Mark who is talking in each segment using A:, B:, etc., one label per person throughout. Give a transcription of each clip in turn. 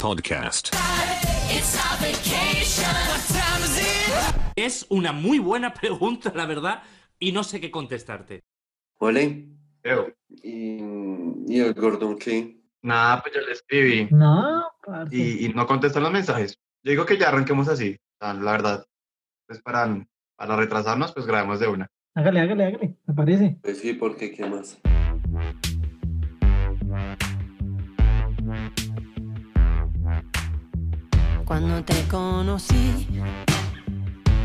A: Podcast.
B: Es una muy buena pregunta, la verdad, y no sé qué contestarte.
C: Ole,
D: Creo.
C: ¿y, y el Gordon qué?
D: Nada, pues yo le escribí
E: No, parce.
D: y, y no contestan los mensajes. Yo digo que ya arranquemos así, o sea, la verdad. Pues para, para retrasarnos, pues grabemos de una.
E: Hágale, hágale, hágale. Me parece.
C: Pues sí, porque qué más.
F: Cuando te conocí,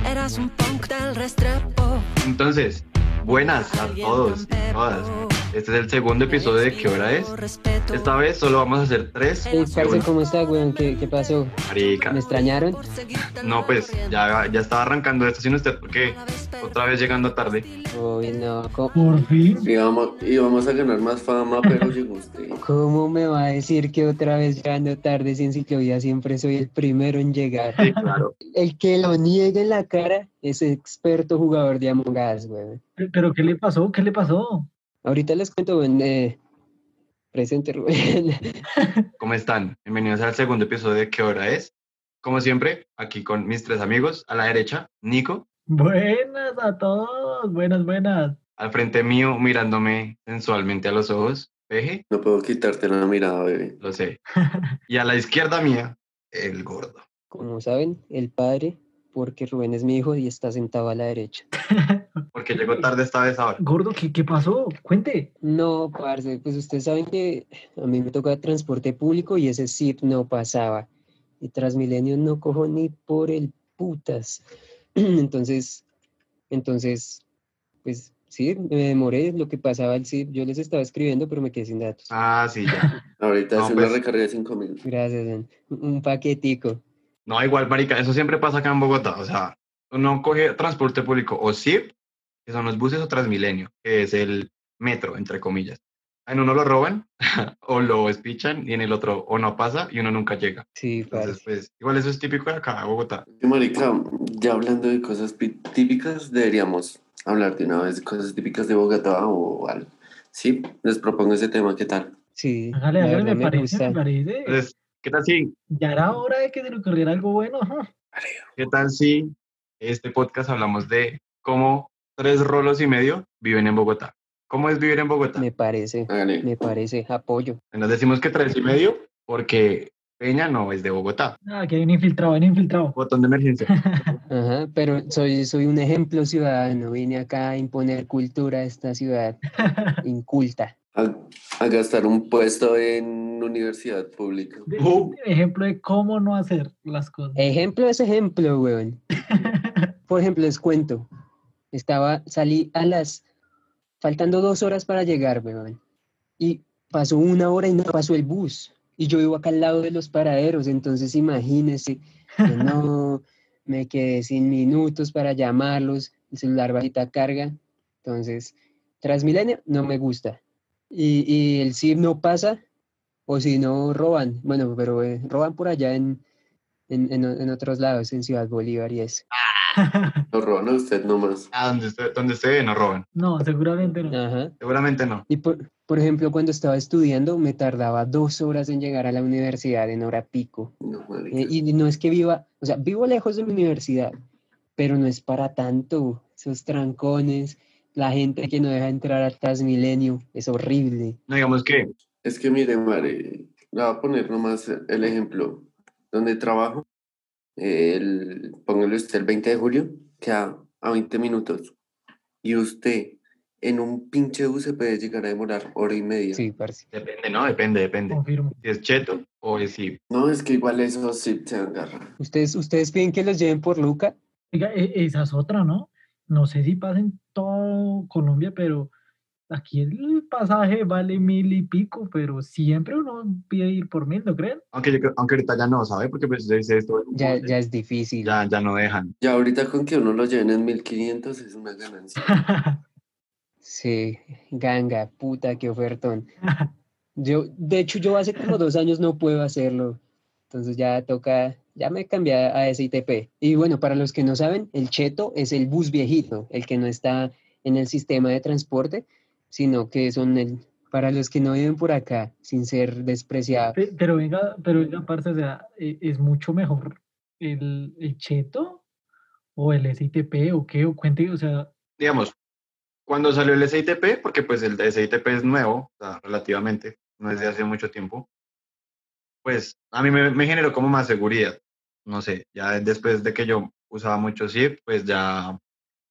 F: eras un punk del restrepo.
D: Entonces, buenas a todos y todas. Este es el segundo episodio de ¿Qué hora es? Esta vez solo vamos a hacer tres.
G: Ey,
D: de
G: parce,
D: una.
G: ¿cómo está, weón? ¿Qué, qué pasó?
D: Marica.
G: ¿Me extrañaron?
D: No, pues ya, ya estaba arrancando esto sin usted porque otra vez llegando tarde.
G: Uy, no, ¿cómo,
E: Por fin.
C: Y vamos, y vamos a ganar más fama, pero llegó usted.
G: cómo me va a decir que otra vez llegando tarde sin ciclovía siempre soy el primero en llegar?
D: Sí, claro.
G: El que lo niegue en la cara es experto jugador de Among Us, weón.
E: ¿Pero qué le pasó? ¿Qué le pasó?
G: Ahorita les cuento, weón. eh, presente, Rubén.
D: ¿Cómo están? Bienvenidos al segundo episodio de ¿Qué hora es? Como siempre, aquí con mis tres amigos. A la derecha, Nico.
E: Buenas a todos. Buenas, buenas.
D: Al frente mío, mirándome sensualmente a los ojos, Peje,
C: No puedo quitarte la mirada, bebé.
D: lo sé. Y a la izquierda mía, el gordo.
G: Como saben, el padre, porque Rubén es mi hijo y está sentado a la derecha.
D: Porque llegó tarde esta vez ahora.
E: Gordo, ¿qué, qué pasó? Cuente.
G: No, parce, pues ustedes saben que a mí me toca transporte público y ese zip no pasaba. Y Transmilenio no cojo ni por el putas. Entonces, entonces, pues sí, me demoré. Lo que pasaba el zip, yo les estaba escribiendo, pero me quedé sin datos.
D: Ah, sí, ya.
C: Ahorita
D: No,
C: es una
D: pues.
C: recarga de 5 mil.
G: Gracias, man. Un un paquetico.
D: No, igual, marica, eso siempre pasa acá en Bogotá. O sea, uno coge transporte público o SIP, que son los buses, o Transmilenio, que es el metro, entre comillas. En uno lo roban o lo espichan y en el otro o no pasa y uno nunca llega.
G: Sí,
D: Entonces,
G: parce.
D: pues, igual eso es típico de acá, de Bogotá.
C: Y, Marica, ya hablando de cosas pi- típicas, deberíamos hablar de una vez de cosas típicas de Bogotá o algo. Sí, les propongo ese tema, ¿qué tal?
G: Sí,
E: Hágale,
G: la
E: hágale.
G: verdad
E: Me parece, me
G: gusta.
E: parece.
D: Entonces, ¿qué tal si
E: Ya era hora de que se le ocurriera algo bueno. ajá.
D: ¿Qué tal si este podcast hablamos de cómo tres rolos y medio viven en Bogotá? ¿Cómo es vivir en Bogotá?
G: Me parece,
C: Hágale.
G: me parece. Apoyo.
D: Nos decimos que tres y medio porque Peña no es de Bogotá.
E: Ah, que hay un infiltrado, hay un infiltrado.
D: Botón de emergencia.
G: Ajá, pero soy, soy un ejemplo ciudadano. Vine acá a imponer cultura a esta ciudad inculta.
C: A, a gastar un puesto en universidad pública.
E: De-
D: Uh.
E: de Ejemplo de cómo no hacer las cosas.
G: Ejemplo es ejemplo, weón. Por ejemplo, les cuento. Estaba, salí a las, faltando dos horas para llegar, weón. Y pasó una hora y no pasó el bus. Y yo vivo acá al lado de los paraderos, entonces imagínense, yo no, me quedé sin minutos para llamarlos, el celular bajita carga. Entonces, Transmilenio no me gusta. Y, y el SIP no pasa, o si no, roban. Bueno, pero eh, roban por allá en, en, en, o- en otros lados, en Ciudad Bolívar y eso.
D: Eh.
C: Lo roban a usted nomás.
D: Ah, donde usted, donde usted no roban.
E: No, seguramente no.
G: Ajá.
D: Seguramente no.
G: Y por, por ejemplo, cuando estaba estudiando, me tardaba dos horas en llegar a la universidad en hora pico.
C: No, marica.
G: Eh, Y no es que viva, o sea, vivo lejos de mi universidad, pero no es para tanto. Esos trancones, la gente que no deja entrar a Transmilenio, es horrible.
D: No digamos que
C: Es que mire, Mare, le voy a poner nomás el ejemplo. Donde trabajo, el, póngale usted el 20 de julio, queda a 20 minutos. Y usted en un pinche bus se puede llegar a demorar hora y media.
G: Sí, parce.
D: depende, ¿no? Depende,
G: Oh.
D: depende.
E: Confirmo.
D: Si es cheto o es si.
C: No, es que igual eso sí se agarra.
G: ¿Ustedes, ¿Ustedes piden que los lleven por Luca?
E: Oiga, e- esa es otra, ¿no? No sé si pasa en todo Colombia, pero aquí el pasaje vale mil y pico, pero siempre uno pide ir por mil, ¿no creen?
D: Aunque, yo creo- aunque ahorita ya no, ¿sabe? Porque pues, se- se- esto-
G: Ya, ya es difícil.
D: ya, ya no dejan.
C: Ya ahorita con que uno lo lleven en 1500 es una ganancia.
G: Sí, ganga, puta, qué ofertón. Yo, de hecho, yo hace como dos años no puedo hacerlo. Entonces ya toca, ya me cambié a SITP. Y bueno, para los que no saben, el cheto es el bus viejito, el que no está en el sistema de transporte, sino que son el, Para los que no viven por acá, sin ser despreciados.
E: Pe- Pero venga, pero venga, parce, o sea, e- es mucho mejor el, el cheto o el SITP o qué, o cuente, o sea,
D: digamos, cuando salió el SITP, porque pues el SITP es nuevo, o sea, relativamente, no es de hace mucho tiempo, pues a mí me, me generó como más seguridad. No sé, ya después de que yo usaba mucho SIP, pues ya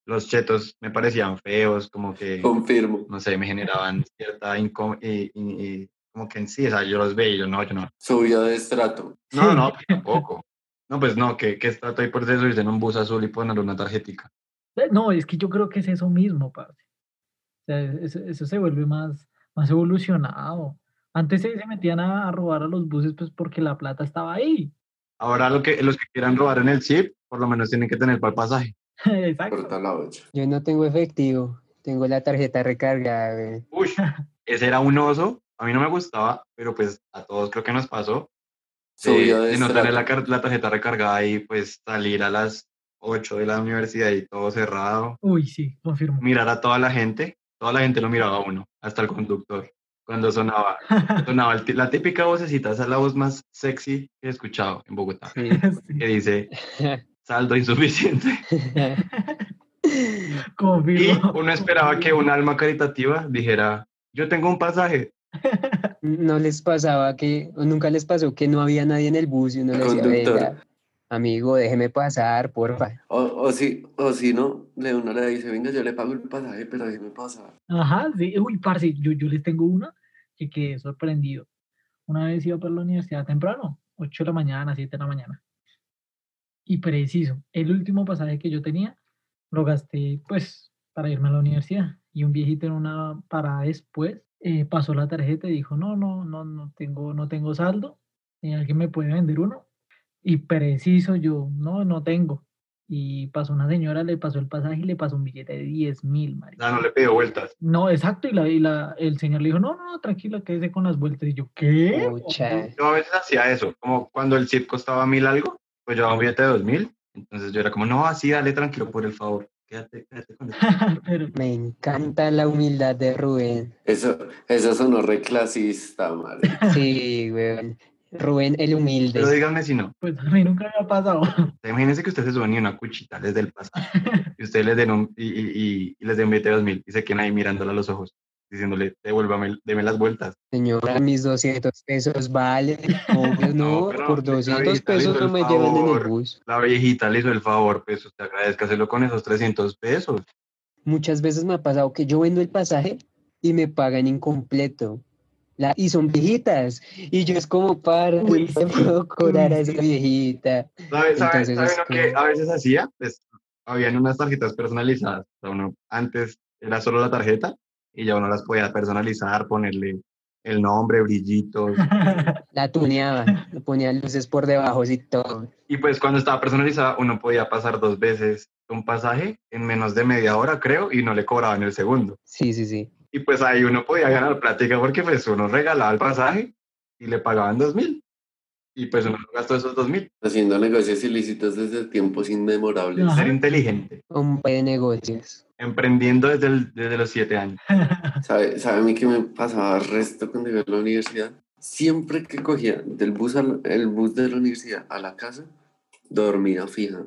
D: los chetos me parecían feos, como que,
C: Confirmo.
D: no sé, me generaban cierta incom y, y- y como que en sí, o sea, yo los veía y yo no, yo no,
C: Subió de estrato.
D: no, no, tampoco. No, pues no, que, que está ahí por subirse en un bus azul y poner una tarjetica.
E: eh, no, es que yo creo que es eso mismo, parce. O sea, es- eso, eso se vuelve más, más evolucionado. Antes se, se metían a, a robar a los buses pues porque la plata estaba ahí.
D: Ahora lo que, los que quieran robar en el SIP, por lo menos tienen que tener para el pasaje.
E: Exacto.
C: Corta la olla.
G: Yo no tengo efectivo, tengo la tarjeta recargada, güey.
D: Uy, ese era un oso. A mí no me gustaba, pero pues a todos creo que nos pasó. de-
C: Subió de
D: de no tener la,
C: estrato.
D: car- la tarjeta recargada y pues salir a las 8 de la universidad y todo cerrado.
E: Uy, sí, confirmo.
D: Mirar a toda la gente. Toda la gente lo miraba a uno, hasta el conductor. Cuando sonaba, sonaba el ti- la típica vocecita, esa es la voz más sexy que he escuchado en Bogotá,
G: Sí.
E: Sí,
D: que dice saldo insuficiente. Y
E: confirmo.
D: uno esperaba que
E: confirmo.
D: un alma caritativa dijera, yo tengo un pasaje.
G: no les pasaba que, o nunca les pasó que no había nadie en el bus y uno le decía,
C: Conductor.
G: venga, amigo, déjeme pasar, porfa.
C: O, o si, o si no, le uno le dice, venga, yo le pago el pasaje, pero déjeme pasar.
E: Ajá, sí. Uy, parce, yo, yo les tengo una que quedé sorprendido. Una vez iba para la universidad temprano, 8 de la mañana, 7 de la mañana. Y preciso, el último pasaje que yo tenía lo gasté pues para irme a la universidad. Y un viejito en una parada después eh, pasó la tarjeta y dijo, no, no, no, no tengo, no tengo saldo. eh, ¿Alguien me puede vender uno? Y preciso yo, no, no tengo. Y pasó una señora, le pasó el pasaje y le pasó un billete de 10 mil, marica.
D: Ah, no le pido vueltas.
E: No, exacto, y, la, y la, el señor le dijo, no, no, no, tranquila, quédese con las vueltas. Y yo, ¿qué?
G: Pucha.
D: Yo a veces hacía eso, como cuando el chip costaba mil algo, pues yo daba un billete de dos mil. Entonces yo era como, no, así dale tranquilo, por el favor. Quédate, quédate con eso.
E: Pero,
G: Me encanta la humildad de Rubén.
C: Eso, eso sonó re clasista, madre.
G: Sí, weón. Rubén el humilde.
D: Pero díganme si no.
E: pues a mí nunca me ha pasado.
D: Imagínense que ustedes se suben y una cuchita les dé el pasaje. Y ustedes les den un, y, y- y- y les den un billete de dos mil. Y se quedan ahí mirándola a los ojos, diciéndole, devuélvame, deme las vueltas.
G: Señora, mis 200 pesos vale. Obvio,
D: No,
G: no,
D: pero
G: por
D: venga,
G: 200
D: ahorita le hizo
G: pesos no
D: el
G: me llevan en el
D: favor.
G: bus.
D: La viejita le hizo el favor, pues usted agradezcaselo con esos 300 pesos.
G: Muchas veces me ha pasado que yo vendo el pasaje y me pagan incompleto. La, y son viejitas. Y yo es como, para, no
E: Uy,
G: le puedo cobrar a esa viejita.
D: ¿Sabe, sabe,
G: Entonces,
D: sabe
G: es
D: lo
G: que-
D: que a veces hacía? Pues, habían unas tarjetas personalizadas. O sea, uno, antes era solo la tarjeta y ya uno las podía personalizar, ponerle el nombre, brillitos.
G: La tuneaban, le ponían luces por debajo y todo.
D: Y pues cuando estaba personalizada, uno podía pasar dos veces un pasaje en menos de media hora, creo, y no le cobraban el segundo.
G: Sí, sí, sí.
D: Y pues ahí uno podía ganar plática porque pues uno regalaba el pasaje y le pagaban dos mil. Y pues uno gastó esos dos mil.
C: Haciendo negocios ilícitos desde tiempos inmemorables.
E: Ajá.
D: Ser inteligente,
G: Hombre de negocios.
D: emprendiendo desde, el- desde los siete años.
G: Ah.
C: ¿Sabe, sabe a mí que me pasaba resto cuando iba a la universidad? Siempre que cogía del bus al, el bus de la universidad a la casa, dormía fija.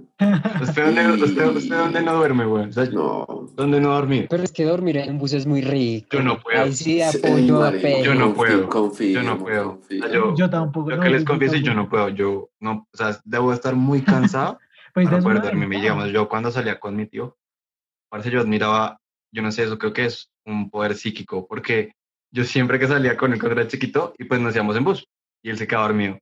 D: ¿Usted dónde, usted, usted dónde no duerme, güey? O sea,
C: No,
D: ¿Dónde no dormir?
G: Pero es que dormir en un bus es muy rico.
D: Yo no puedo.
G: Ahí sí
C: Sí,
G: apoyo a
C: marica,
G: Pedro.
D: Yo no
C: confi-
D: puedo,
C: confirmo,
D: Yo no puedo. O sea,
C: confirmo.
D: yo,
E: Yo tampoco.
D: lo
E: no,
D: que les
E: yo
D: confieso, yo
E: tampoco.
D: no puedo. Yo no, o sea, debo estar muy cansado
E: Pues
D: Ah, para
E: es
D: poder
E: una
D: dormirme.
E: ventaja.
D: Digamos, yo cuando salía con mi tío, parece yo admiraba, yo no sé, eso creo que es un poder psíquico, porque yo siempre que salía con él cuando era chiquito, y pues nos íbamos en bus, y él se quedaba dormido.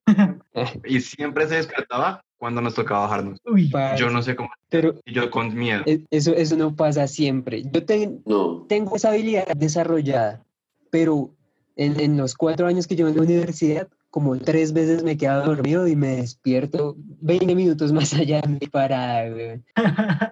D: y siempre se despertaba cuando nos tocaba bajarnos.
E: Uy,
G: Parce,
D: Yo no sé cómo,
G: Pero
D: y yo con miedo.
G: e- eso, eso no pasa siempre. Yo ten-
C: no.
G: tengo esa habilidad desarrollada, pero en, en los cuatro años que llevo en la universidad, como tres veces me he quedado dormido y me despierto 20 minutos más allá de mi parada. weón.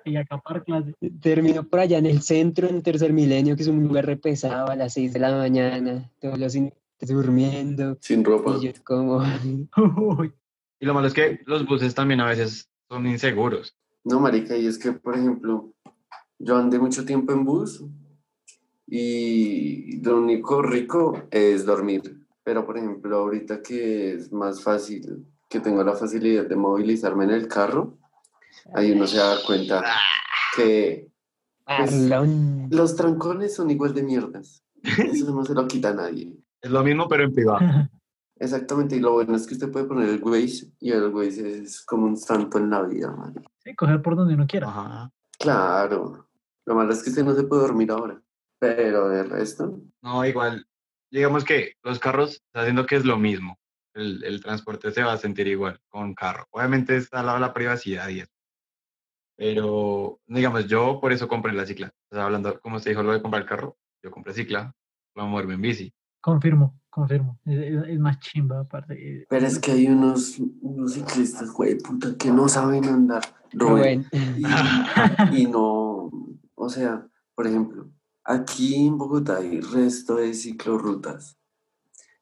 E: y acapar clase.
G: Termino por allá en el centro, en tercer milenio, que es un lugar repesado a las 6 de la mañana, todos los in- durmiendo.
C: Sin ropa.
G: Y yo es como,
C: Pues,
E: Uy,
D: Y lo malo es que los buses también a veces son inseguros.
C: No, marica, y es que, por ejemplo, yo andé mucho tiempo en bus Y lo único rico es dormir. Pero, por ejemplo, ahorita que es más fácil, que tengo la facilidad de movilizarme en el carro, ahí uno se da cuenta que pues,
G: Parlón.
C: los trancones son igual de mierdas. Eso no se lo quita a nadie.
D: Es lo mismo, pero en privado.
C: Exactamente, y lo bueno es que usted puede poner el Waze y el Waze es como un santo en la vida, man.
E: Sí, coger por donde uno quiera.
D: Ajá.
C: Claro, lo malo es que usted no se puede dormir ahora, pero de resto,
D: No, igual. Digamos que los carros, haciendo que es lo mismo. El, el transporte se va a sentir igual con carro. Obviamente está al lado de la privacidad y eso. Pero, digamos, yo por eso compré la cicla. O sea, hablando, como se dijo lo de comprar el carro, yo compré cicla para moverme en bici.
E: Confirmo, confirmo. Es, es- es más chimba, aparte. eh,
C: pero es que hay unos, unos ciclistas, güey, puta, que no saben andar, Rubén,
G: Rubén.
C: Y, y no, o sea, por ejemplo, aquí en Bogotá hay resto de ciclorrutas,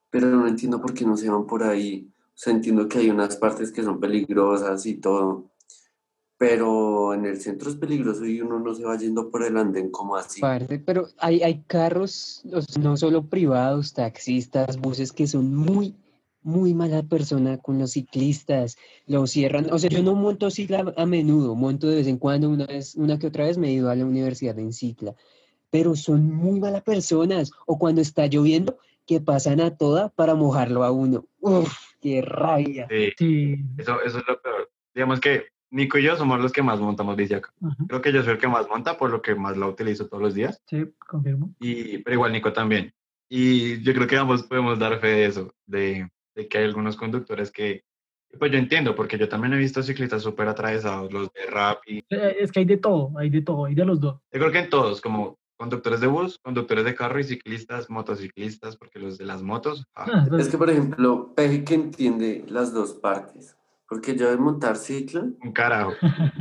C: pero no entiendo por qué no se van por ahí. O sea, entiendo que hay unas partes que son peligrosas y todo, pero en el centro es peligroso y uno no se va yendo por el andén como así.
G: Parce, pero hay, hay carros, o sea, no solo privados, taxistas, buses que son muy, muy mala persona con los ciclistas, los cierran. O sea, yo no monto cicla a menudo, monto de vez en cuando, una vez, una que otra vez me he ido a la universidad en cicla, pero son muy malas personas. O cuando está lloviendo, que pasan a toda para mojarlo a uno. Uf, qué rabia.
D: Sí,
E: Sí.
D: eh, eso, eso es lo peor. Digamos que Nico y yo somos los que más montamos bici acá.
E: ajá,
D: Creo que yo soy el que más monta, por lo que más la utilizo todos los días.
E: sí, confirmo.
D: Y, pero igual Nico también. Y yo creo que ambos podemos dar fe de eso, de, de que hay algunos conductores que, pues yo entiendo, porque yo también he visto ciclistas súper atravesados, los de rap, y
E: Eh, Es que hay de todo, hay de todo, hay de los dos.
D: yo creo que en todos, como conductores de bus, conductores de carro y ciclistas, motociclistas, porque los de las motos, ah,
E: Ah,
C: Es que, por ejemplo, Peje que entiende las dos partes, porque yo de montar cicla
D: un carajo.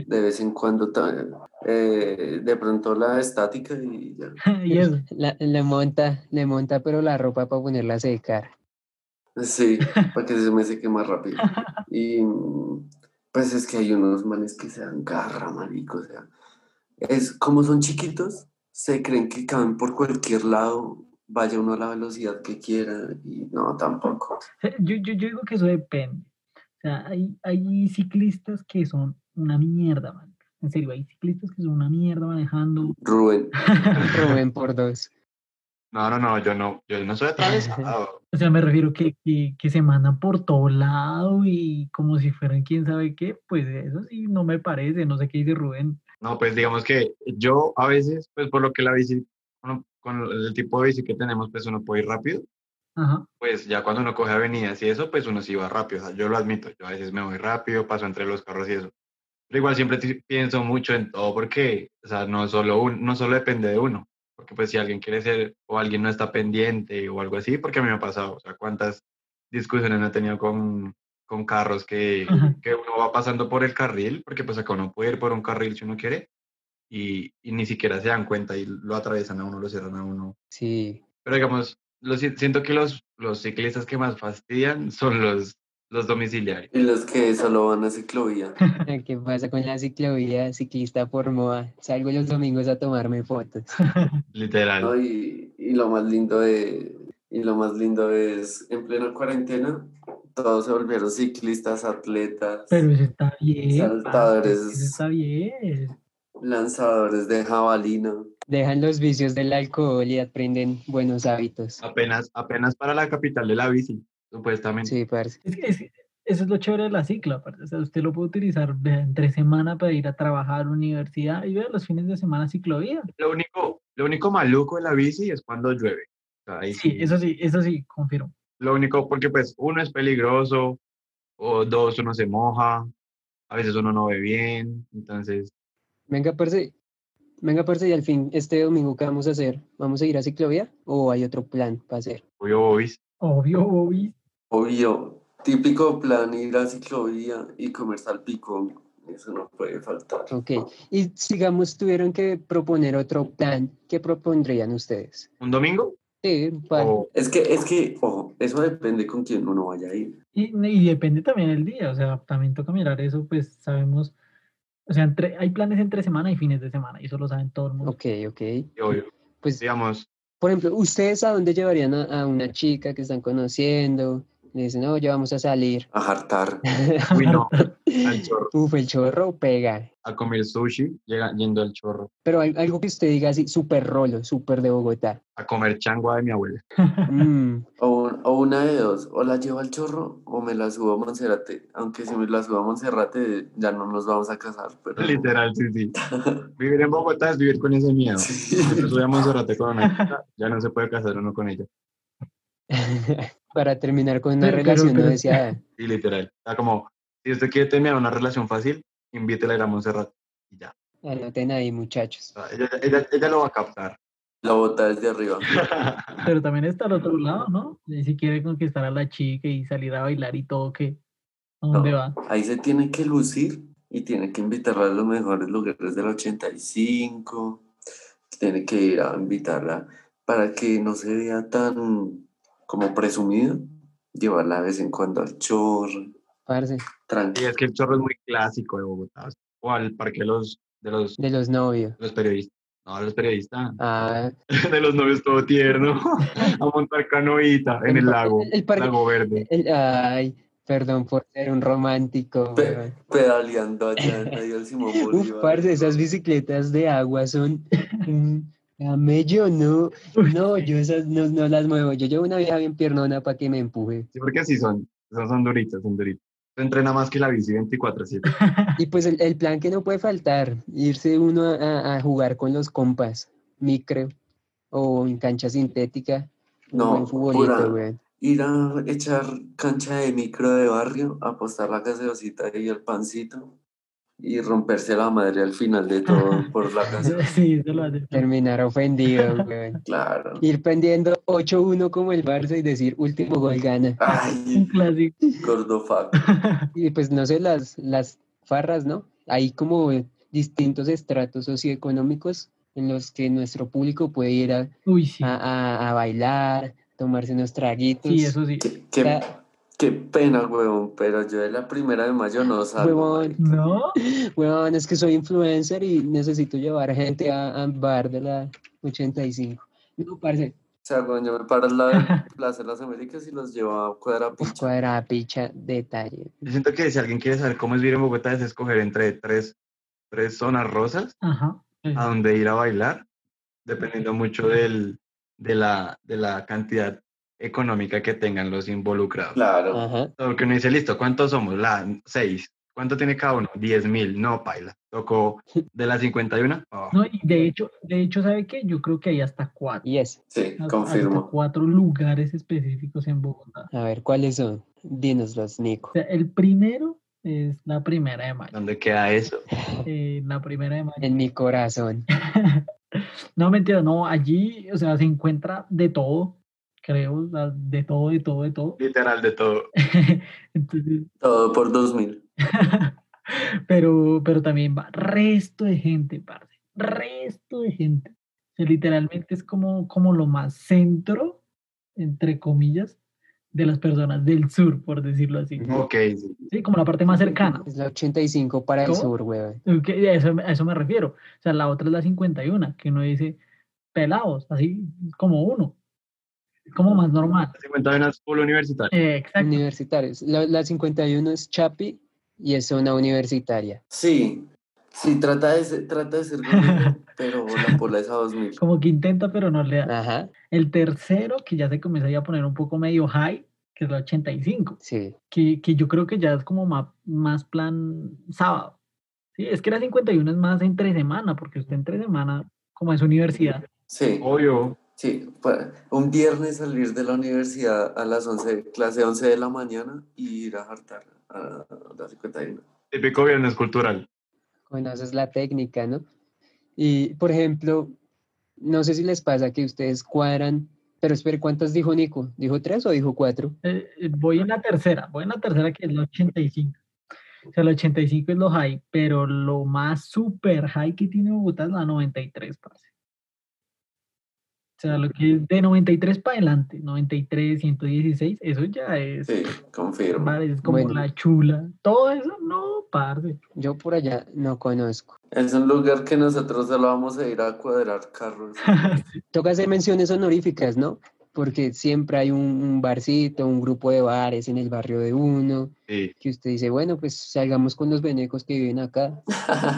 C: de vez en cuando, ta- eh, de pronto la estática y ya.
E: y eso.
G: La- le monta, le monta, pero la ropa para ponerla a secar.
C: Sí, para que se me seque más rápido. Y mm, pues es que hay unos manes que se dan garra, marico. O sea, es como son chiquitos, se creen que caben por cualquier lado, vaya uno a la velocidad que quiera. Y no, tampoco.
E: Eh, Yo, yo, yo digo que eso depende. O sea, hay, hay ciclistas que son una mierda, man. En serio, hay ciclistas que son una mierda manejando.
C: Rubén,
G: Rubén por dos.
D: No, no, no, yo no, yo no soy atravesado.
E: O sea, me refiero que, que, que se mandan por todo lado y como si fueran quién sabe qué, pues eso sí no me parece, no sé qué dice Rubén.
D: No, pues digamos que yo a veces, pues por lo que la bici, uno- con el tipo de bici que tenemos, pues uno puede ir rápido.
E: Ajá.
D: pues ya cuando uno coge avenidas y eso, pues uno sí va rápido. O sea, yo lo admito, yo a veces me voy rápido, paso entre los carros y eso. Pero igual siempre ti- pienso mucho en todo porque, o sea, no solo, un- no solo depende de uno. Porque pues si alguien quiere ser o alguien no está pendiente o algo así, porque a mí me ha pasado, o sea, cuántas discusiones no he tenido con, con carros que,
E: Ajá.
D: que uno va pasando por el carril, porque pues acá uno puede ir por un carril si uno quiere y, y ni siquiera se dan cuenta y lo atravesan a uno, lo cierran a uno.
G: Sí.
D: Pero digamos, lo si- siento que los, los ciclistas que más fastidian son los, los domiciliarios.
C: y los que solo van a ciclovía.
G: Ah, ¿Qué pasa con la ciclovía ciclista por moda? Salgo los domingos a tomarme fotos.
C: ¿no?
D: Literal. Y,
C: Y lo más lindo de. Y lo más lindo es, en plena cuarentena, todos se volvieron ciclistas, atletas,
E: Pero eso está bien. parce,
C: Saltadores.
E: Eso está bien.
C: lanzadores de jabalina.
G: Dejan los vicios del alcohol y aprenden buenos hábitos.
D: apenas, apenas para la capital de la bici, supuestamente.
G: Sí, parce.
E: Es que es- eso es lo chévere de la cicla, parce. O sea, usted lo puede utilizar vea, entre semana para ir a trabajar, universidad y ver los fines de semana ciclovía.
D: Lo, único, lo único maluco de la bici es cuando llueve. O sea, ahí
E: Sí,
D: sí.
E: eso sí, eso sí, confirmo.
D: Lo único, porque pues uno es peligroso, o dos, uno se moja, a veces uno no ve bien, entonces...
G: Venga, parce. Venga, parce, y al fin, este domingo, ¿qué vamos a hacer? ¿Vamos a ir a ciclovía o hay otro plan para hacer?
D: Obvio, Bobis.
E: Obvio, obvio.
C: Obvio, típico plan ir a ciclovía y comer salpicón, eso no puede faltar.
G: Ok. Y sigamos, tuvieron que proponer otro plan. ¿Qué propondrían ustedes?
D: ¿Un domingo?
G: Sí, para
D: O-
C: Es que, es que, ojo, eso depende con quién uno vaya a ir.
E: Y, y depende también el día, o sea, también toca mirar eso, pues sabemos, o sea, entre, hay planes entre semana y fines de semana, y eso lo saben todo el mundo.
G: Ok, ok.
D: obvio.
G: Pues
D: digamos,
G: Por ejemplo, ¿ustedes a dónde llevarían a, a una chica que están conociendo? Le dicen, no, ya vamos a salir.
C: A hartar.
D: Uy, no, al chorro,
G: Uf, el chorro pega.
D: a comer sushi, llega yendo al chorro,
G: Pero al- algo que usted diga así, súper rolo, súper de Bogotá.
D: a comer changua de mi abuela.
G: Mm,
C: O, un- o una de dos. O la llevo al chorro o me la subo a Monserrate. Aunque si me la subo a Monserrate ya no nos vamos a casar. Pero...
D: Literal, sí, sí. Vivir en Bogotá es vivir con ese miedo.
C: Sí.
D: Nos subíamos Monserrate con una chica, ya no se puede casar uno con ella.
G: para terminar con una
E: Pero- pero-
G: relación
E: pero-
G: no deseada.
D: Y literal. Está como, si usted quiere terminar una relación fácil, invítela a ir a Monserrate. Y ya.
G: Anoten ahí, muchachos.
D: O sea, Ella, ella- ella lo va a captar.
C: La bota desde arriba.
E: Pero también está al otro lado, ¿no? Y si quiere conquistar a la chica y salir a bailar y todo, ¿qué? ¿A dónde
C: No.
E: va?
C: Ahí se tiene que lucir y tiene que invitarla a los mejores lugares del 85. Tiene que ir a invitarla para que no se vea tan como presumida. Llevarla de vez en cuando al chorro.
G: Parce,
D: y
C: Tranquila.
D: es que el chorro es muy clásico de Bogotá. O al parque de los, de los,
G: de los novios.
D: de los periodistas. No, de los periodistas.
G: Ah,
D: De los novios todo tierno. A montar canoita en el lago.
G: El parque-
D: Lago verde.
G: el- ay, perdón por ser un romántico.
C: Pe-
G: weón.
C: Pedaleando allá en medio del Simón
G: Uf,
C: Bolívar.
G: parce, esas bicicletas de agua son un camello, no. No, yo esas no, no las muevo. Yo llevo una vieja bien piernona para que me empuje.
D: Sí, porque sí son. Son, son duritas, son duritas. Se entrena más que la bici 24-7.
G: Y pues el, el plan que no puede faltar, irse uno a- a, a jugar con los compas, micro o en cancha sintética. un
C: No,
G: buen futbolito,
C: pura-
G: weón.
C: Ir a echar cancha de micro de barrio, apostar la gaseosita y el pancito y romperse la madre al final de todo por la casa.
E: Sí, eso lo hace.
G: Terminar ofendido, weón.
C: Claro.
G: Ir pendiendo 8-1 como el Barça y decir último gol gana.
E: Un
C: Ay,
E: clásico.
C: gordo fuck.
G: Y pues no sé, las, las farras, ¿no? Hay como distintos estratos socioeconómicos en los que nuestro público puede ir a,
E: Uy, sí.
C: Ah,
G: a- a- a bailar, tomarse unos traguitos.
E: Sí, eso sí.
C: pues, Qué, qué-
G: Ya.
C: qué pena, huevón, pero yo de la primera de mayo no salgo.
G: Huevón,
E: ¿No?
G: huevón, es que soy influencer y necesito llevar gente a, a bar de la 85. No, parce,
C: O sea, cuando yo me paro al lado de Plaza de las Américas y los llevo a cuadra
G: uf,
C: pincha.
G: pues, cuadrada picha, detalle.
D: Yo siento que si alguien quiere saber cómo es vivir en Bogotá es escoger entre tres, tres zonas rosas
E: Ajá. Pues, Sí.
C: Ah,
D: a donde ir a bailar, dependiendo mucho del, de, la, de la cantidad económica que tengan los involucrados.
C: Claro.
G: Ajá.
D: Porque uno dice, listo, ¿cuántos somos? La seis. ¿Cuánto tiene cada uno? Diez mil. No, paila. Tocó de las 51. Oh,
E: No, y de hecho, de hecho, ¿sabe qué? Yo creo que hay hasta cuatro.
G: Y eso.
C: Sí,
E: hasta- Hasta
C: confirmo.
E: cuatro lugares específicos en Bogotá.
G: A ver, ¿cuáles son? Dínoslos, Nico.
E: O sea, el primero es la primera de mayo.
D: ¿Dónde queda eso?
E: Eh, la primera de mayo.
G: En mi corazón.
E: No, mentira, no, allí, o sea, se encuentra de todo, creo, o sea, de todo, de todo, de todo.
D: Literal de todo.
E: Entonces,
C: Todo por 2000.
E: pero, pero también va resto de gente, parce, resto de gente. O sea, literalmente es como, como lo más centro, entre comillas, de las personas del sur, por decirlo así.
D: Ok, sí.
E: Sí, como la parte más cercana.
G: Es la 85 para el
E: ¿Cómo?
G: sur, weón.
E: Ok, A eso, me- a eso me refiero. O sea, la otra es la 51, que uno dice pelados, así como uno. Como más normal.
D: 51 es full universitario.
E: Eh, exacto.
G: Universitarios. La, la 51 es Chapi y es zona universitaria.
C: Sí, sí, trata de ser, trata de ser gordito, pero la pola es a 2000.
E: Como que intenta, pero no le da.
G: Ajá,
E: El tercero, que ya se comienza ya a poner un poco medio high, que es la 85,
G: sí.
E: que, que yo creo que ya es como ma- más, plan sábado. Sí, es que la 51 es más entre semana, porque usted entre semana, como es universidad,
C: Sí,
D: Obvio.
C: sí. pa- Un viernes salir de la universidad a las 11, clase 11 de la mañana y ir a hartar a las 51.
D: Típico viernes cultural.
G: Conoces la técnica, ¿no? Y, por ejemplo, no sé si les pasa que ustedes cuadran, pero espere, ¿cuántas dijo Nico? ¿Dijo tres o dijo cuatro?
E: eh, eh, voy en la tercera, voy en la tercera que es la 85. O sea, la 85 es lo high, pero lo más super high que tiene Bogotá es la 93, parce. O sea, lo que es de 93 para adelante, 93, 116, eso ya es,
C: Sí, confirmo.
E: parce, es como
G: Bueno.
E: la chula. Todo eso, no, parce.
G: Yo por allá no conozco.
C: Es un lugar que nosotros solo vamos a ir a cuadrar carros.
G: Toca hacer menciones honoríficas, ¿no? Porque siempre hay un, un barcito, un grupo de bares en el barrio de uno,
D: Sí.
G: que usted dice, bueno, pues salgamos con los venecos que viven acá.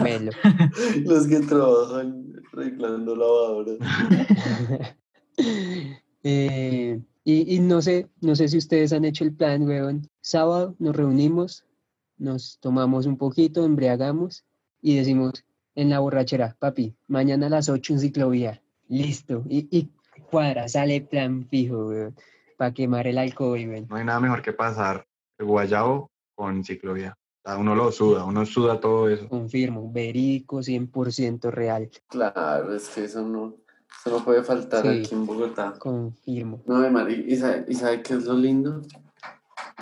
G: Melo.
C: Los que trabajan arreglando lavadoras.
G: Eh, y, y no sé, no sé si ustedes han hecho el plan, weón. Sábado nos reunimos, nos tomamos un poquito, embriagamos y decimos en la borrachera, papi, mañana a las 8 en ciclovía. Listo. Y, y cuadra, sale plan fijo, weón. Para quemar el alcohol, weón.
D: No hay nada mejor que pasar el guayabo con ciclovía. O sea, uno lo suda, uno suda todo eso.
G: Confirmo, verico 100% real.
C: Claro, es que eso no, eso no puede faltar
G: Sí.
C: aquí en Bogotá.
G: Confirmo.
C: No, de Mari, ¿y sabe, ¿y sabe qué es lo lindo?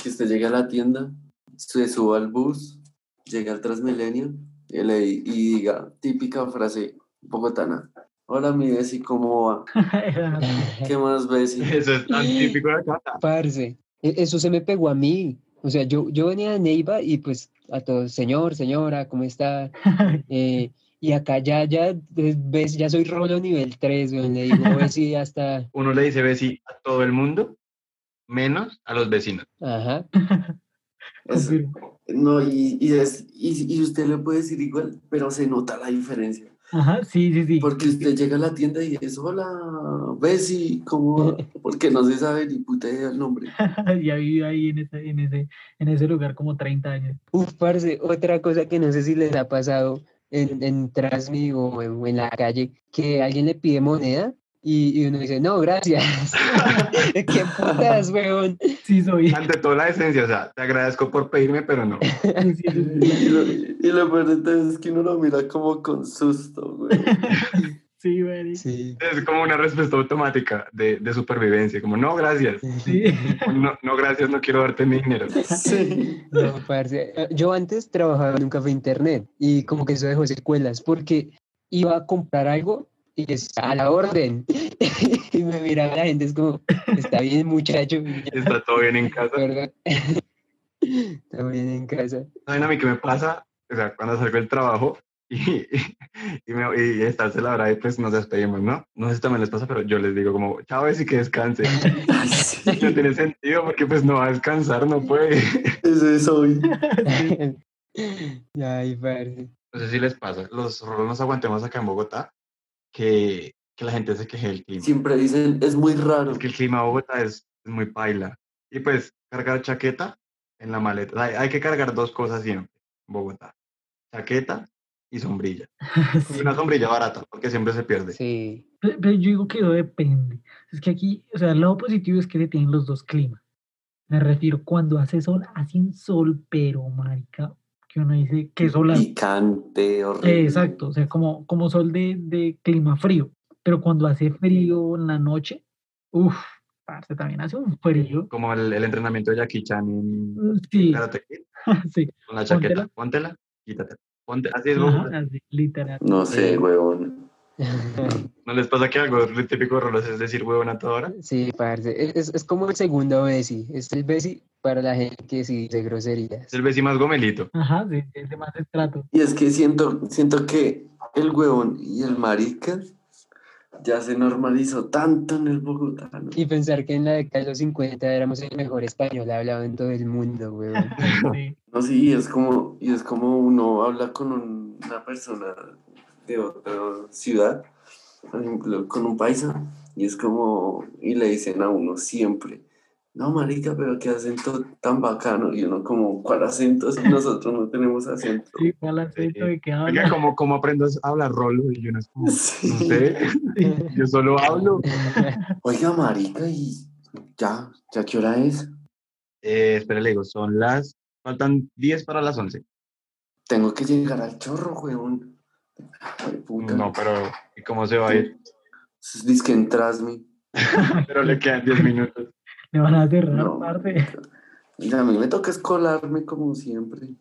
C: Que usted llega a la tienda, se suba al bus, llega al Transmilenio y, le, y diga típica frase bogotana. Hola, mi Bessie, ¿cómo va?
E: Era así.
C: ¿Qué más, Bessie?
D: Eso es tan típico de acá.
G: Parce, e- eso se me pegó a mí. O sea, yo, yo venía de Neiva y pues a todos, señor, señora, ¿cómo está? Eh, y acá ya, ya, eh, ves, ya soy rolo nivel 3, weón. Le digo, "Ve si hasta,
D: Uno le dice Bessie a todo el mundo, menos a los vecinos.
G: ajá,
C: Es-
E: Confirmo.
C: no, y, y, es- y, y usted le puede decir igual, pero se nota la diferencia.
E: Ajá, sí, sí, sí.
C: Porque usted llega a la tienda y es, hola, Bessie, ¿cómo va?", Porque no se sabe ni puta idea el nombre.
E: ya viví ahí en ese, en ese, en ese lugar como 30 años.
G: uf, parce, otra cosa que no sé si les ha pasado en, en Transmi o en, o en la calle, que alguien le pide moneda y, y uno dice, no, gracias. ¿Qué putas, weón?
E: Sí, soy.
D: Ante toda la esencia, o sea, te agradezco por pedirme, pero no.
E: Sí, sí, sí.
C: Y lo, y lo peor de todo es que uno lo mira como con susto, güey.
E: Sí, güey.
G: Sí.
E: Sí.
D: Es como una respuesta automática de, de supervivencia, como no, gracias. O, No, no, gracias, no quiero darte mi dinero.
C: Sí.
G: No, parce. eh, Yo antes trabajaba en un café internet y como que eso dejó secuelas porque iba a comprar algo y es a la orden. Y me miraba la gente, es como, está bien, muchacho. y yo,
D: Está todo bien en casa.
G: "Verga". Está bien en casa.
D: ¿Saben a mí qué me pasa? O sea, cuando salgo del trabajo y, y, me, y está la hora y pues nos despedimos, ¿no? No sé si también les pasa, pero yo les digo como, chao, y que descanse. No tiene sentido porque pues no va a descansar, no puede.
C: Ese es hoy.
G: Ay, parce.
D: No sé si les pasa. Los rolos nos aguantemos acá en Bogotá que, que la gente se queje del clima.
C: Siempre dicen, es muy raro.
D: Es que el clima de Bogotá es, es muy paila. Y pues cargar chaqueta en la maleta. Hay, hay que cargar dos cosas siempre en Bogotá. Chaqueta y sombrilla. Y una sombrilla barata porque siempre se pierde.
G: Sí.
E: Pe- Pero yo digo que eso depende. Es que aquí, o sea, el lado positivo es que se tienen los dos climas. Me refiero, cuando hace sol, hace un sol, pero marica, que uno dice que sol hace.
C: Picante, horrible.
E: Eh, exacto, o sea, como, como sol de, de clima frío. Pero cuando hace frío en la noche, uff, parce, también hace un frío.
D: Como el, el entrenamiento de Jackie Chan en
E: Mm, Sí,
D: Karate Kid,
E: sí,
D: con la
E: Póntela.
D: chaqueta. Póntela, quítatela. Ponte, así es,
E: ajá,
D: Bogotá.
E: así, literal.
C: No sé,
D: Sí.
C: huevón.
D: ¿No les pasa que algo típico de rolos es decir huevón a toda hora?
G: Sí, parce. Es- Es, es como el segundo Bessie. Es el Bessie para la gente que sí dice groserías.
D: Es el vecino más gomelito.
E: Ajá, sí, es de más estrato.
C: Y es que siento, siento que el huevón y el marica ya se normalizó tanto en el bogotano.
G: Y pensar que en la década de los 50 éramos el mejor español hablado en todo el mundo, weón.
E: Sí,
C: No, sí, y es como, y es como uno habla con un- una persona de otra ciudad, por ejemplo, con un paisa, y es como, y le dicen a uno siempre, no, marica, pero qué acento tan bacano, y uno como, ¿cuál acento si nosotros no tenemos acento?
E: sí, ¿cuál acento de qué
D: Oiga,
E: habla?
D: ¿cómo, cómo aprendo a hablar rolo? Y yo no es como,
C: Sí.
D: no sé, yo solo hablo.
C: Oiga, marica, y ya, ¿ya qué hora es?
D: Eh, espera, le digo, son las. Faltan 10 para las 11.
C: Tengo que llegar al chorro, huevón. Ay, puta.
D: No, pero ¿y cómo se va a ir?
C: Dice que entras, mi.
D: Pero le quedan 10 minutos.
E: Le van a cerrar,
C: No.
E: parce.
C: Y a mí me toca escolarme como siempre.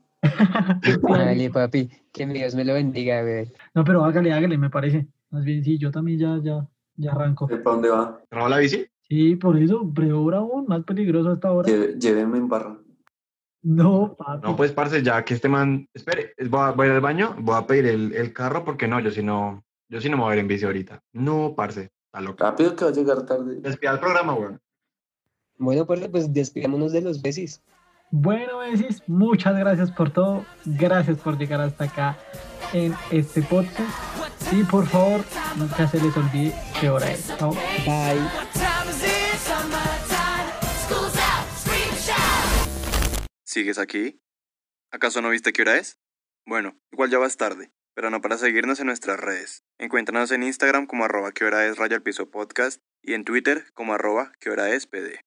G: Dale, papi, que mi Dios me lo bendiga, weón.
E: No, pero hágale, hágale, me parece. Más bien, sí, yo también ya, ya, ya arranco.
C: ¿Para dónde va?
D: ¿Trabajo la bici?
E: Sí, por eso, peor aún, más peligroso hasta ahora.
C: Lleve- Lléveme en barra.
E: No, papi.
D: No, pues, parce, ya que este man. Espere, es- voy a, voy a ir al baño, voy a pedir el, el carro porque no, yo sí no. Yo sí no me voy a ir en bici ahorita. No, parce, está loca.
C: Rápido que va a llegar tarde.
D: Despida el programa, weón.
G: Bueno, parce, pues despidámonos de los besis.
E: Bueno, Besis, muchas gracias por todo. Gracias por llegar hasta acá en este podcast. Y por favor, nunca se les olvide qué hora es. Chao.
G: Bye.
A: ¿Sigues aquí? ¿Acaso no viste qué hora es? Bueno, igual ya vas tarde, pero no para seguirnos en nuestras redes. Encuéntranos en Instagram como arroba que hora es raya al piso podcast y en Twitter como arroba que hora es pd.